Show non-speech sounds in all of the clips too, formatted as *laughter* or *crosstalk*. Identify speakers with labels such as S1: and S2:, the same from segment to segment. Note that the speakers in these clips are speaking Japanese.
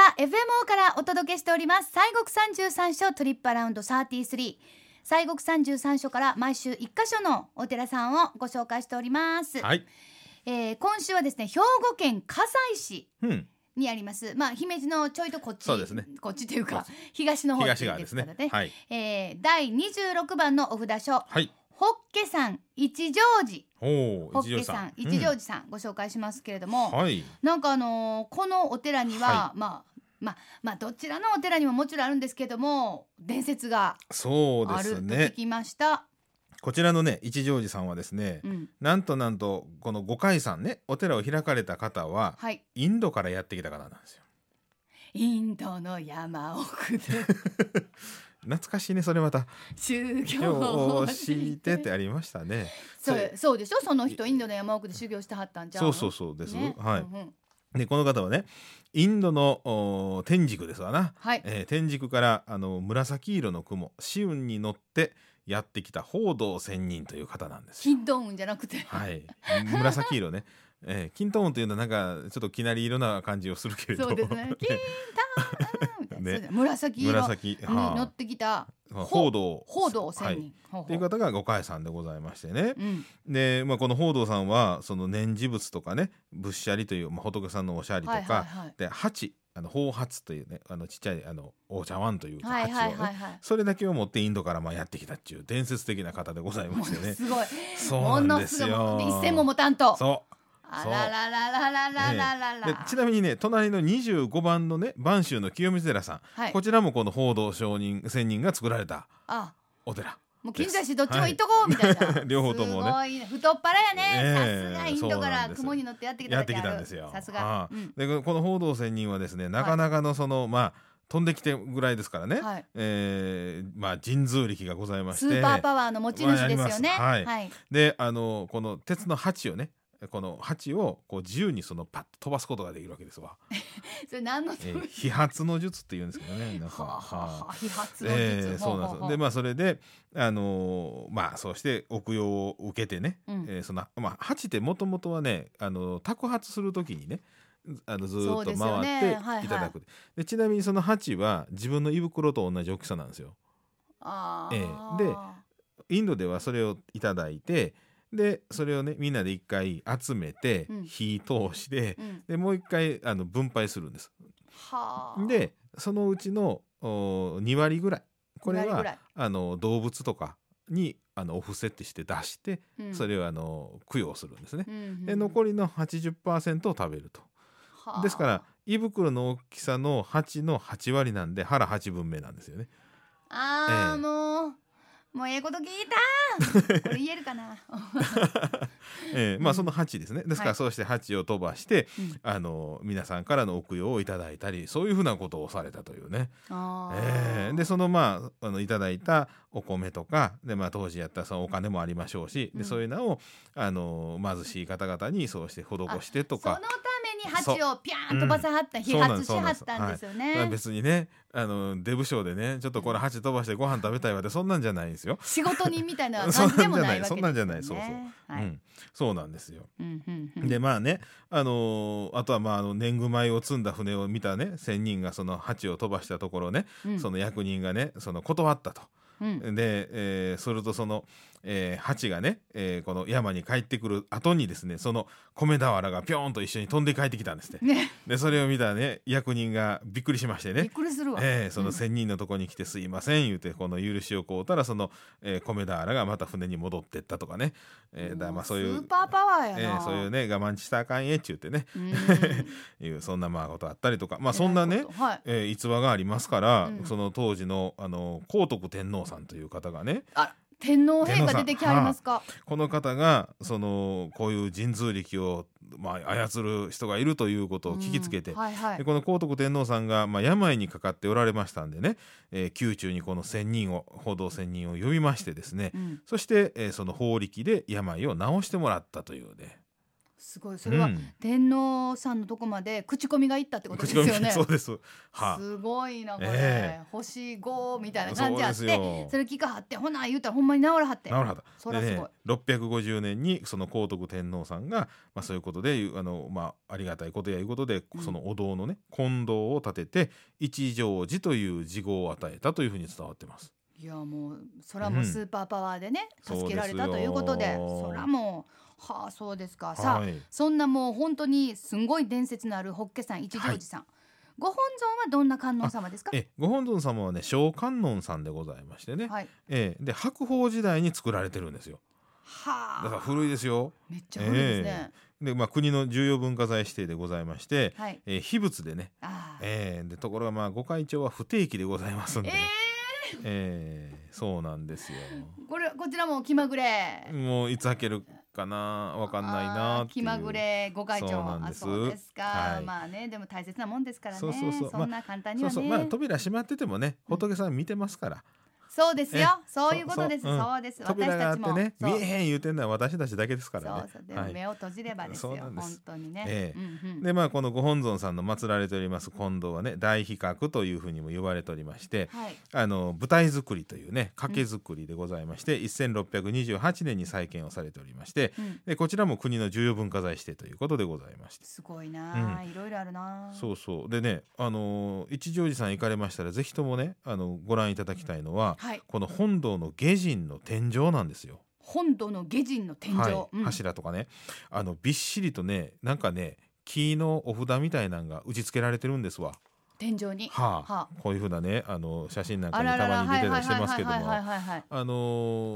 S1: は FMO からお届けしております西国三十三所トリップアラウンド33西国三十三所から毎週一箇所のお寺さんをご紹介しております、
S2: はい。
S1: えー今週はですね兵庫県加西市
S2: うん。
S1: にありますまあ姫路のちょいとこっち
S2: そうですね
S1: こっちというか東の方って
S2: 東
S1: いうん
S2: 側ですね。はい。
S1: えー、第26番のお札所
S2: はい。
S1: ホッケさん一乗寺
S2: お
S1: ホ
S2: お。
S1: ッケさん一乗寺さん、ご紹介しますけれども、
S2: うんはい。
S1: なんかあのーこのお寺には、
S2: は
S1: まあまあまあどちらのお寺にももちろんあるんですけども伝説が
S2: そうで
S1: あると聞
S2: すね。
S1: きました。
S2: こちらのね、一乗寺さんはですね。
S1: うん、
S2: なんとなんと、この五海山ね、お寺を開かれた方は。
S1: はい
S2: インドからやってきた方なんですよ。
S1: インドの山奥で
S2: 懐かしいね、それまた。
S1: 修行
S2: 今
S1: を
S2: 日してってありましたね。
S1: そうそうでしょその人インドの山奥で修行してはったんじゃん
S2: そうそうそうです。
S1: ね
S2: は
S1: う
S2: い。
S1: んうん
S2: で、この方はね。インドのおー天竺ですわな。
S1: はい
S2: えー天竺からあの紫色の雲紫雲に乗ってやってきた報道仙人という方なんです
S1: ヒ
S2: よ。
S1: ンドーンじゃなくて、
S2: はい、紫色ね。えー、キントーンというのはなんかちょっときなり色な感じをするけれど
S1: そうです
S2: *laughs*
S1: ねキンターンみたいな、そうだ紫色に
S2: 紫
S1: 乗
S2: は
S1: ってきた
S2: あ、報道
S1: 報道仙人、
S2: はい、
S1: ほうほう
S2: っていう方が五海さんでございましてね。
S1: うん
S2: で、まあ、この報道さんはその念持仏とかね仏舎利という、まあ、仏さんのおしゃりとか、
S1: はいはいはい
S2: で鉢あの宝鉢というねあのちっちゃいあのお茶碗というか
S1: は
S2: 鉢を
S1: い
S2: ね、
S1: はいはいはい。
S2: それだけを持ってインドからまあやってきたっていう伝説的な方でございま
S1: も
S2: して
S1: の
S2: ね。
S1: すごい。
S2: そ
S1: も
S2: うな
S1: の
S2: んです
S1: すごい。
S2: よ。
S1: 一銭も持たんと。
S2: そ
S1: あらららららららら
S2: う。
S1: ら
S2: で
S1: ら。
S2: ちなみにね隣の25番のね播州の清水寺さん、
S1: はい
S2: こ。ちらもこの報道上人仙人が作られた
S1: あ、
S2: お寺。
S1: もう金だしどっちも行っとこうみたいな。
S2: 両方ともね
S1: すごい太っ腹やね。
S2: ええ
S1: さすがインドか
S2: そうなん
S1: ら
S2: です
S1: 雲に乗ってやってきただけある。
S2: やってきたんですよ
S1: さす
S2: は
S1: が
S2: い。
S1: うん
S2: でこの報道仙人はですねなかなかのその、まあ飛んできてぐらいですからね、
S1: はい。
S2: えーまあ神通力がございまし
S1: ス
S2: て
S1: ーパーパワーの持ち主ですよね。
S2: まあやります
S1: はい。
S2: であのこの鉄の鉢をねこの鉢をこう自由にそのパッと飛ばすことができるわけですわ。
S1: それ何のた
S2: え
S1: め *laughs*
S2: ー、飛発の術って言うんですけどね。なんか
S1: はあはあはあ飛発の
S2: えー
S1: 術。
S2: そ
S1: ほ
S2: う
S1: う
S2: なん
S1: ほうほ
S2: ですよ
S1: う
S2: でまあそれであのーまあそうして奥用を受けてね、
S1: うん
S2: えーそのまあ鉢ってもともとはねあのー托発する時にねあのずー
S1: そう
S2: っ
S1: で
S2: と
S1: すよね
S2: 回ってい
S1: はいはい
S2: ただく、でちなみにその鉢は自分の胃袋と同じ大きさなんですよ。
S1: あ
S2: ええで
S1: ー
S2: インドではそれをいただいてでそれをねみんなで一回集めて、
S1: うん
S2: 火通して、
S1: うん
S2: でもう一回あの分配するんです。
S1: はあ。
S2: でそのうちのお2割ぐらいこれ
S1: 二割ぐら、
S2: はいあの動物とかにあのお布施ってして出して、
S1: うん
S2: それをあの供養するんですね。
S1: うんうん
S2: で残りの80%を食べると。
S1: はあ
S2: ですから胃袋の大きさの8の8割なんで腹8分目なんですよね。
S1: ああ、
S2: ええ
S1: もうもうええこと聞い
S2: *laughs*
S1: たこれ言えるかな
S2: えー
S1: う
S2: まあ
S1: ん
S2: その8ですね。ですか
S1: は
S2: ら
S1: い
S2: そうして8を飛ばして、
S1: うん
S2: あの皆さんからのお供養をいただいたりそういうふうなことをされたというね。
S1: あ
S2: えーでそのまああのいただいたお米とかで、まあ、当時やったそのお金もありましょうし、
S1: うん
S2: でそういうのをあの貧しい方々にそうして施してと
S1: その
S2: か
S1: ために鉢をピャーン飛ばさはった、飛発し
S2: そうな
S1: はっ
S2: んです
S1: たんですよね、
S2: まあ別にねあの出不精でねちょっとこれ箸飛ばしてご飯食べたいわってそんなんじゃないんですよ。
S1: 仕事人みたいな感じでもないわけですよね
S2: そんなんじゃないそんなんじゃない
S1: はいううん
S2: ん、そうなんですよ。
S1: うんうん
S2: でまあね、あのーあとはまああの年貢米を積んだ船を見たね仙人がその鉢を飛ばしたところね、
S1: うん
S2: その役人がねその断ったと。
S1: うん
S2: *laughs* で、えー、するとその、えー、蜂がね、えー、この山に帰ってくる後にですねその米俵がぴょんと一緒に飛んで帰ってきたんですって
S1: ね
S2: でそれを見たね役人がびっくりしまして
S1: びっ
S2: ね
S1: くりするわ、
S2: えー、そ
S1: うん
S2: の仙人のとこに来て「すいません」言うてこの許しをこうたらその、えー、米俵がまた船に戻ってったとかね、えー、だからまあそうい
S1: ス
S2: う
S1: ー。パーパワーやな、
S2: えー、そういうね我慢したらあかんえっちゅうてね *laughs*
S1: うん、
S2: いうそんなまあことあったりとかまあそんなね
S1: はい
S2: えー逸話がありますから、
S1: うん
S2: その当時のあの光徳天皇さんという方がね
S1: あ天皇陛下出てきはりますか
S2: この方がそのこういう神通力を、まあ、操る人がいるということを聞きつけて、
S1: うんはいはい
S2: でこの光徳天皇さんが、まあ、病にかかっておられましたんでね、えー宮中にこの仙人を報道仙人を呼びましてですね
S1: うん
S2: そして、えーその法力で病を治してもらったというね
S1: すごいそれは、
S2: うん
S1: 天皇さんのとこまで口コミがいったってことで
S2: 口
S1: す
S2: コ
S1: よ
S2: ミ
S1: ね。
S2: そうです。は
S1: すごいなこれ、
S2: え
S1: 星5みたい
S2: い。
S1: な
S2: そ
S1: 感
S2: う
S1: じあ
S2: で
S1: っ
S2: す
S1: て
S2: よ
S1: そ。れ聞かはってほな言うたらほんまに治らはって
S2: なるほど。
S1: そらすごい、
S2: でね、650年にその光徳天皇さんが、まあ、そういうことでいうあの、まあ、ありがたいことやいうことで、
S1: うん
S2: そのお堂のね金堂を建てて一乗寺という寺号を与えたというふうに伝わってます。
S1: いやもうそらもうスーパーパワーでね、
S2: うん
S1: 助けられた
S2: そう
S1: と
S2: ですよ
S1: いうことでそらもうはあそうですか、さあ
S2: はい、
S1: そんなもう本当にすんごい伝説のあるホッケさん一乗寺さん、ご本尊はどんな観音様ですか
S2: えご本尊様はね小観音さんでございましてね、
S1: はい
S2: ええで白鳳時代に作られてるんですよだから
S1: はあ
S2: 古いですよ。
S1: めっちゃ古いですね、
S2: で、まあ、国の重要文化財指定でございまして、
S1: はい
S2: えー秘仏でね、
S1: ああ
S2: えーでところがまあご会長は不定期でございますんで
S1: え
S2: ね、えーそうなんですよ。
S1: ーこれこちらも気まぐれ
S2: もういつ開けるかなわかんないな
S1: あ
S2: っ
S1: ー
S2: てい
S1: 気
S2: う
S1: まぐれご会長
S2: そうなん
S1: あ
S2: です
S1: そうですか、
S2: はい
S1: まあねでも大切なもんですからね
S2: そうそうそうまあ
S1: んな簡単に
S2: そ
S1: はね
S2: うそ
S1: そうう
S2: まあ扉閉まっててもね仏さん見てますから、
S1: ですよそういうことです
S2: そ
S1: そうう
S2: そううん
S1: です
S2: 扉
S1: 私
S2: が
S1: た
S2: あっ
S1: ち
S2: て
S1: も
S2: ね見
S1: そう
S2: えへん言うてんのは私たちだけですからね。
S1: そうそうでも
S2: はい
S1: 目を閉じればですよ、
S2: そうなんです
S1: 本当にね、
S2: ええ
S1: うんうん
S2: でまあこのご本尊さんの祀られております金堂はね大比較というふうにも呼ばれておりまして
S1: はい
S2: あの舞台作りというね掛け作りでございまして、1628年に再建をされておりまして
S1: うん
S2: でこちらも国の重要文化財指定ということでございまして
S1: すごいなあ、いろいろあるなあ
S2: そうそうでねあのー一乗寺さん行かれましたらぜひともねあのご覧いただきたいのは
S1: はい
S2: この本堂の下陣の天井なんですよ。
S1: 本土の下人の天井、
S2: はい
S1: うん
S2: 柱とかねあのびっしりとねなんかね木のお札みたいなのが打ち付けられてるんですわ。
S1: 天井に
S2: はあ、
S1: は
S2: こういうふうなねあの写真なんか
S1: あ
S2: に
S1: ら
S2: た
S1: らら
S2: ま
S1: は
S2: に
S1: い
S2: 出てた
S1: はい
S2: りして
S1: はい
S2: ます
S1: は
S2: け
S1: い
S2: ど
S1: はいはい
S2: も。
S1: はいはい
S2: あの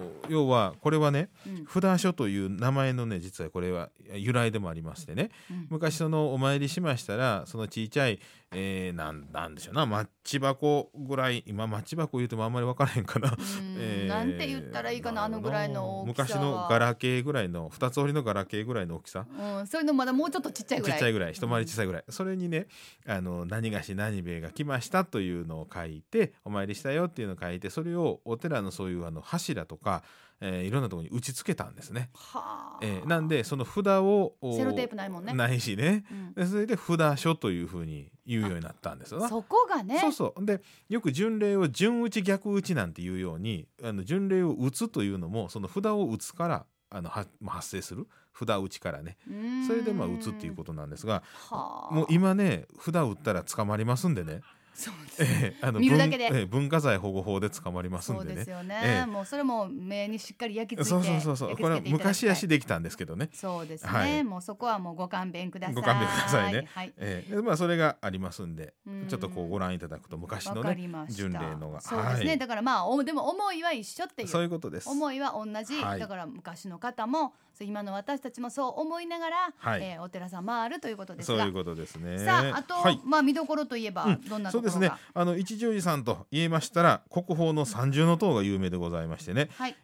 S2: ー要はこれはね
S1: うん
S2: 札所という名前のね実はこれは由来でもありましてね
S1: うん
S2: 昔そのお参りしましたらそのちいちゃい、えーなんなんでしょうなマッチ箱ぐらい今マッチ箱言うてもあんまり分からへんかな
S1: う。ん
S2: えー
S1: なんて言ったらいいかなあのぐらいの大きさは
S2: 昔のガラケーぐらいの二つ折りのガラケーぐらいの大きさ
S1: うん、そういうのまだもうちょっとちっちゃいぐ
S2: ち
S1: ら
S2: っ
S1: い
S2: ちゃいぐらい一回り小さいぐらい、それにねあの何がし何兵衛が来ましたというのを書いてお参りしたよっていうのを書いてそれをお寺のそういうあの柱とか、えーいろんなところに打ち付けたんですね。
S1: はあ、
S2: えーなんでその札をお
S1: セロテープないもんね
S2: ないしね
S1: うん
S2: でそれで札書というふうに言うようになったんですよな。
S1: そこがね
S2: そうそうでよく巡礼を順打ち逆打ちなんていうようにあの巡礼を打つというのもその札を打つからあのはまあ発生する札打ちからね
S1: うーん
S2: それでまあ打つっていうことなんですが
S1: はあ
S2: もう今ね札打ったら捕まりますんで
S1: *laughs*
S2: ね、
S1: そうです
S2: ええあの
S1: 見るだけで
S2: 文ええ文化財保護法で捕まります
S1: そ
S2: ん
S1: う
S2: で
S1: で
S2: ね
S1: すよね、
S2: ええ
S1: もうそれも目にしっかり焼き付いて
S2: そうそうそうそう
S1: 焼き
S2: これは
S1: 付けていただき
S2: 昔
S1: たい
S2: 足できたんですけどね、
S1: そうですね、
S2: はい
S1: もうそこはもうご勘弁ください
S2: ご勘弁くださいね
S1: はい、
S2: ええでまあ、それがありますんで
S1: うん
S2: ちょっとこうご覧いただくと昔
S1: わ
S2: の
S1: か
S2: ね
S1: りました
S2: 巡礼のが
S1: そうですね、
S2: はい
S1: だからまあおでも思いは一緒っていう
S2: そういうことです。
S1: 思いは同じ、
S2: はい
S1: だから昔の方もそう今の私たちもそう思いながら、
S2: はい
S1: えーお寺さん回るということです
S2: そう
S1: が
S2: いうことですね。
S1: さああと、
S2: はい
S1: まあ見どころといえば、
S2: うん
S1: どんな
S2: そ
S1: とこ
S2: うで
S1: ろが
S2: すねあの一乗寺さんと言いましたら国宝の三重の塔が有名でございましてね
S1: はい、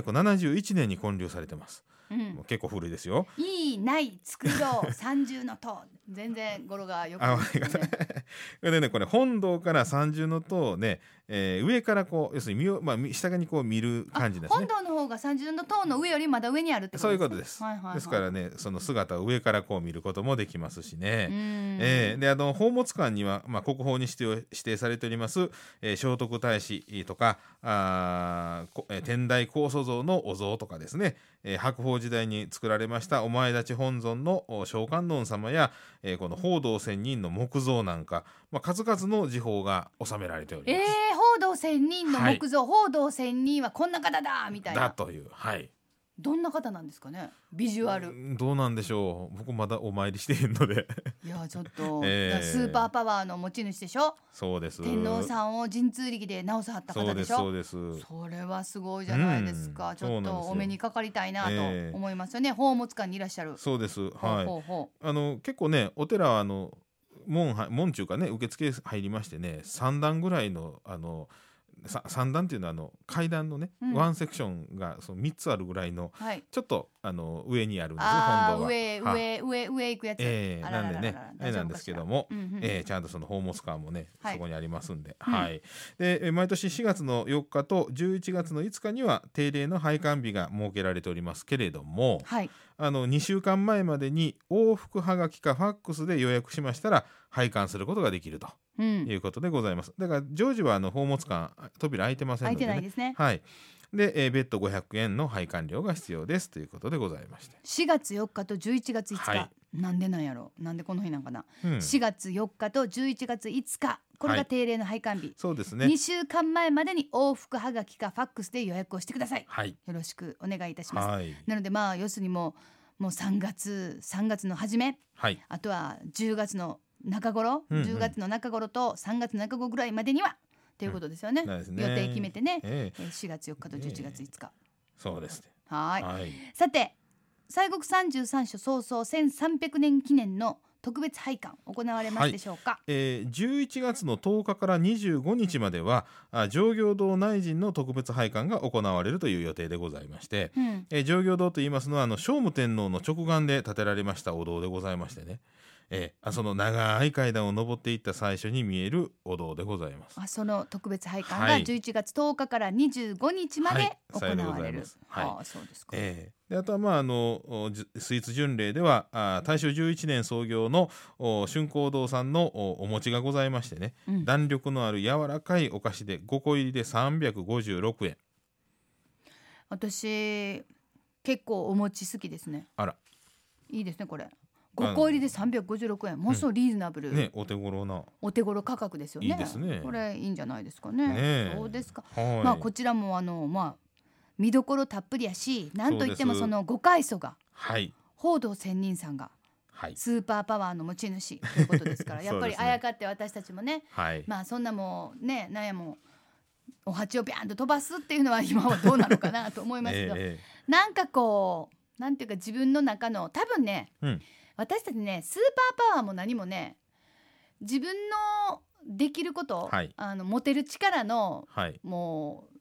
S2: 1171年に建立されてます、
S1: う
S2: も
S1: ん
S2: う、結構古いですよ
S1: いいない作ろう三重の塔全然語呂がよく
S2: あ
S1: な
S2: わ
S1: い
S2: か
S1: ですね、
S2: それでねこれ本堂から三重の塔をね、えー上からこう要するに見よまあ、み下にこう見る感じです
S1: 本
S2: ね
S1: 堂の方が三重の塔の上よりまだ上にあるってこと
S2: そういうこと
S1: ね
S2: です、
S1: はいはいはい、
S2: ですからねその姿を上からこう見ることもできますしね、
S1: うん
S2: えーであの宝物館には、まあ、国宝に指定を指定されております、えー聖徳太子とかあーこえー天台高祖像のお像とかですね、えー白鳳時代に作られましたお前立ち本尊のお聖観音様や、えーこの報道仙人の木像なんか、まあ、数々の時報が収められており
S1: えー
S2: ます。
S1: 報道仙人の木像、報道仙人はこんな方だみたい
S2: だ
S1: な
S2: という、はい、
S1: どんな方なんですかねビジュアル、
S2: うんどうなんでしょう僕まだお参りしてへんので *laughs*
S1: いやちょっと、
S2: えー
S1: だからスーパーパワーの持ち主でしょ
S2: そうです
S1: 天皇さんを神通力で治さはった
S2: そ
S1: 方
S2: うで
S1: でし
S2: すそ
S1: ょ
S2: うです
S1: それはすごいじゃないですか、
S2: うん
S1: ちょ
S2: そう
S1: っ
S2: なん
S1: と
S2: ですよ
S1: お目にかかりたいな
S2: ええ
S1: と思いますよね、宝物館にいらっしゃる
S2: そうですはい
S1: ほうほうほ
S2: あの結構ねお寺はあの門は門中かね受付入りましてね3段ぐらいのあのさ三段っていうのはあの階段のね、
S1: うん
S2: ワンセクションがその三つあるぐらいの
S1: はい。
S2: ちょっとあの上にあるんですよ
S1: あ
S2: 本
S1: あ
S2: 堂は。
S1: 上
S2: は
S1: 上
S2: い
S1: 上上行くやつ。
S2: ええ
S1: あら
S2: な
S1: らら
S2: んで
S1: ら
S2: ねあれなんですけど。
S1: 大丈夫か
S2: も、
S1: しらうんうん
S2: ええちゃんとそのホーモスカーもね、
S1: はい
S2: そこにありますんで、
S1: ん
S2: はいでえー毎年4月の4日と11月の5日には定例の拝観日が設けられておりますけれども、
S1: はい。
S2: あの2週間前までに往復はがきかファックスで予約しましたら拝観することができると
S1: うん。
S2: いうことでございます。だから常時はあの宝物館扉開いてませ
S1: 空
S2: ん
S1: い
S2: ので、
S1: てない
S2: ね、
S1: ですね。
S2: はい。で、えー、別途500円の拝観料が必要ですということでございまして。
S1: 4月4日と11月5日。
S2: は
S1: なんでなんやろなんでこの日なんかな、
S2: うん、
S1: 4月4日と11月5日これ
S2: は
S1: が
S2: い
S1: 定例の拝観日、
S2: そうです
S1: 二
S2: ね。
S1: 2週間前までに往復はがきかファックスで予約をしてください
S2: はい。
S1: よろしくお願いいたします
S2: はい。
S1: なのでまあ要するにもうもう3月3月の初め
S2: はい。
S1: あとは10月の中頃、
S2: うんうん
S1: 10月の中頃と3月の中頃ぐらいまでにはということですよね,、
S2: なんですね
S1: 予定決めてね、
S2: え
S1: え
S2: え
S1: ー4月4日と11月5日、
S2: そうですね。
S1: はーい
S2: はい。
S1: さて西国三十三所創創1300年記念の特別拝観行われますでしょうか、
S2: えー、11月の10日から25日まではあ上行堂内陣の特別拝観が行われるという予定でございまして、
S1: うん、
S2: えー上行堂と言いますのはあの聖武天皇の直眼で建てられましたお堂でございましてね、えーあその長い階段を登っていった最初に見えるお堂でございます。
S1: あその特別拝観が
S2: はい
S1: 11月10日から25日ま
S2: は
S1: で
S2: い
S1: 行われる、
S2: さようでございますはい
S1: ああそうですか、
S2: えーであとはまああのおじスイーツ巡礼ではあー大正11年創業のお春光堂さんのおお餅がございましてね
S1: うん
S2: 弾力のある柔らかいお菓子で5個入りで356円
S1: 私結構お餅好きですね
S2: あら
S1: いいですねこれ5個入りで356円ものすごいリーズナブル、
S2: ねお手頃な。
S1: お手頃価格ですよね
S2: いいですね
S1: これいいんじゃないですかね
S2: ねえ
S1: そうですか、
S2: はい
S1: まあこちらもあのまあ見どころたっぷりやしなんといっても
S2: そうです
S1: その五階層が
S2: はい
S1: 報道仙人さんが
S2: はい
S1: スーパーパワーの持ち主ということですからやっぱり
S2: *laughs* そうですね
S1: あやかって私たちもね
S2: はい
S1: まあそんなもうねなんやもうお鉢をビャンと飛ばすっていうのは今はどうなのかなと思いますけど、
S2: え
S1: なんかこうなんていうか自分の中の多分ね、
S2: うん
S1: 私たちねスーパーパワーも何もね自分のできること、
S2: はい
S1: あの持てる力の
S2: ーはい
S1: もう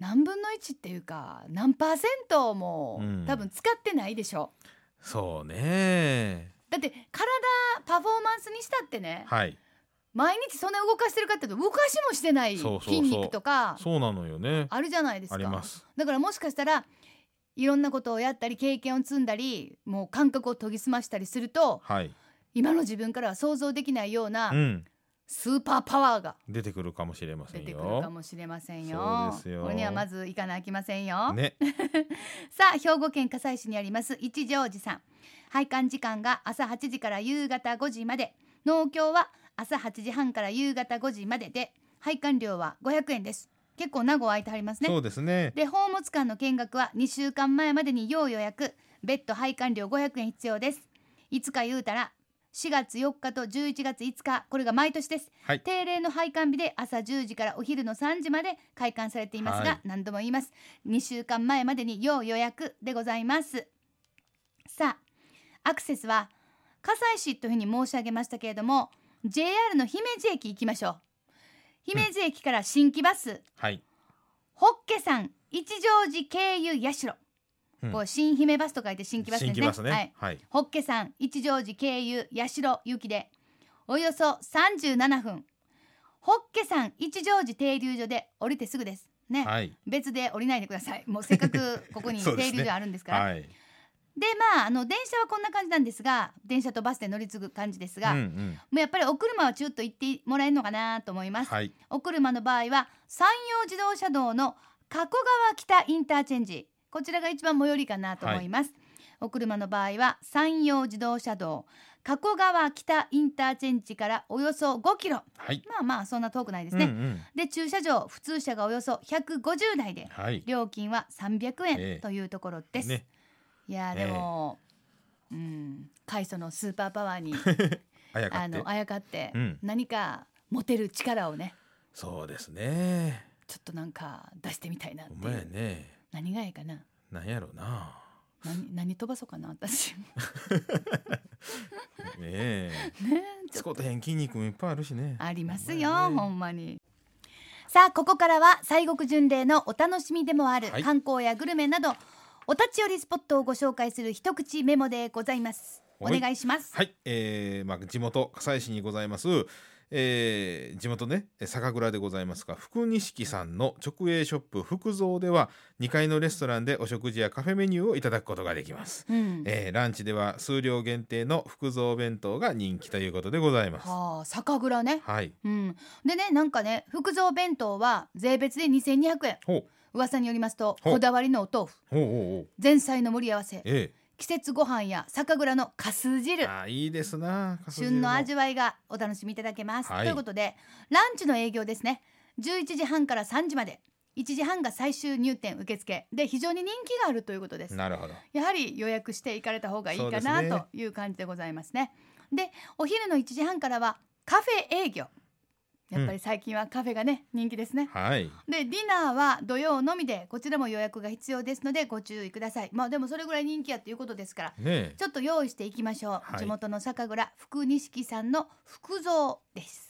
S1: 何分の1っていうか何パーセントも、
S2: うん
S1: 多分使ってないでしょ
S2: そうね
S1: だって体パフォーマンスにしたってね、
S2: はい
S1: 毎日そんな動かしてるかっていうと動かしもしてない
S2: そうそうそう
S1: 筋肉とか
S2: そうなのよね
S1: あるじゃないですか。
S2: あります
S1: だからもしかしたらいろんなことをやったり経験を積んだりもう感覚を研ぎ澄ましたりすると
S2: はい
S1: 今の自分からは想像できないような
S2: うん
S1: スーパーパワーが
S2: 出てくるかもしれませ
S1: 出
S2: んよ
S1: てくるかもしれませんよ
S2: そうですよ
S1: これにはまず行かなあきませんよ、
S2: ね
S1: さあ兵庫県加西市にあります一乗寺さん拝観時間が朝8時から夕方5時まで農協は朝8時半から夕方5時までで拝観料は500円です結構名護空いてはりますね
S2: そうですね
S1: で宝物館の見学は2週間前までに要予約別途配管料500円必要ですいつか言うたら4月4日と11月5日これが毎年です、
S2: はい
S1: 定例の配管日で朝10時からお昼の3時まで開館されていますが、
S2: はい
S1: 何度も言います2週間前までに要予約でございますさあアクセスは葛西市というふうに申し上げましたけれども JR の姫路駅行きましょう姫路駅から新規バス、
S2: はい
S1: ホッケさん一乗寺経由社、
S2: うん
S1: こう新姫バスと書いて新規バスですね
S2: 新規バスね
S1: はい、
S2: はい
S1: ホッケさん一乗寺経由社行きでおよそ37分ホッケさん一乗寺停留所で降りてすぐですね、
S2: はい
S1: 別で降りないでくださいもうせっかくここに
S2: *laughs* そうです
S1: 停
S2: ね
S1: 留所あるんですからで
S2: はい
S1: まああの電車はこんな感じなんですが電車とバスで乗り継ぐ感じですが、
S2: うんう
S1: も
S2: ん
S1: うやっぱりお車はちょっと行ってもらえるのかなと思います、
S2: はい
S1: お車の場合は山陽自動車道の加古川北インターチェンジこちらが一番最寄りかなと思います、お車の場合は山陽自動車道加古川北インターチェンジからおよそ5キロ
S2: はい
S1: まあまあそんな遠くないです
S2: うんう
S1: ね、
S2: ん
S1: で駐車場普通車がおよそ150台で
S2: はい
S1: 料金は300
S2: え
S1: 円
S2: え
S1: というところです、
S2: ね
S1: いやーでも、うん海祖のスーパーパワー
S2: *laughs*
S1: に
S2: あやか
S1: あ
S2: って
S1: のあやかって、
S2: うん
S1: 何か持てる力をね
S2: そうですね
S1: ちょっとなんか出してみたいなって
S2: お
S1: いう
S2: 前ね
S1: 何がいいかな
S2: なんやろな *sighs*
S1: 何何飛ばそうかな私
S2: *laughs*
S1: ね
S2: ねえ
S1: *laughs* えちょっ
S2: 使うてへん筋肉もいっぱいあるしね
S1: とあります
S2: ほ
S1: よ
S2: んま
S1: ほ
S2: やね
S1: んまにさあここからは西国巡礼のお楽しみでもある
S2: はい
S1: 観光やグルメなど、お立ち寄りスポットをご紹介する一口メモでございますお
S2: はい
S1: 願いします
S2: はい、えーまあ、地元葛西市にございます、えー地元ねえー酒蔵でございますが福錦さんの直営ショップ福蔵では2階のレストランでお食事やカフェメニューをいただくことができます、
S1: うん
S2: えーランチでは数量限定の福蔵弁当が人気ということでございます
S1: はあ酒蔵ね
S2: はい
S1: うん、でねなんかね福蔵弁当は税別で2200円
S2: ほう
S1: 噂によりますと
S2: ほう
S1: こだわりのお豆腐
S2: ほうほうほう
S1: 前菜の盛り合わせ
S2: え
S1: 季節ご飯や酒蔵のかす
S2: え
S1: 汁
S2: あーいいですなかす汁
S1: 旬
S2: も
S1: の味わいがお楽しみいただけます、
S2: はい
S1: ということでランチの営業ですね11時半から3時まで1時半が最終入店受付で非常に人気があるということです
S2: なるほど
S1: やはり予約して行かれた方がいいか
S2: そ
S1: な
S2: うですね
S1: という感じでございますねでお昼の1時半からはカフェ営業やっぱり最近はカフェがね人気ですね、
S2: はい
S1: でディナーは土曜のみでこちらも予約が必要ですのでご注意くださいまあでもそれぐらい人気やということですから
S2: ねえ
S1: ちょっと用意していきましょう、
S2: はい
S1: 地元の酒蔵福錦さんの福蔵です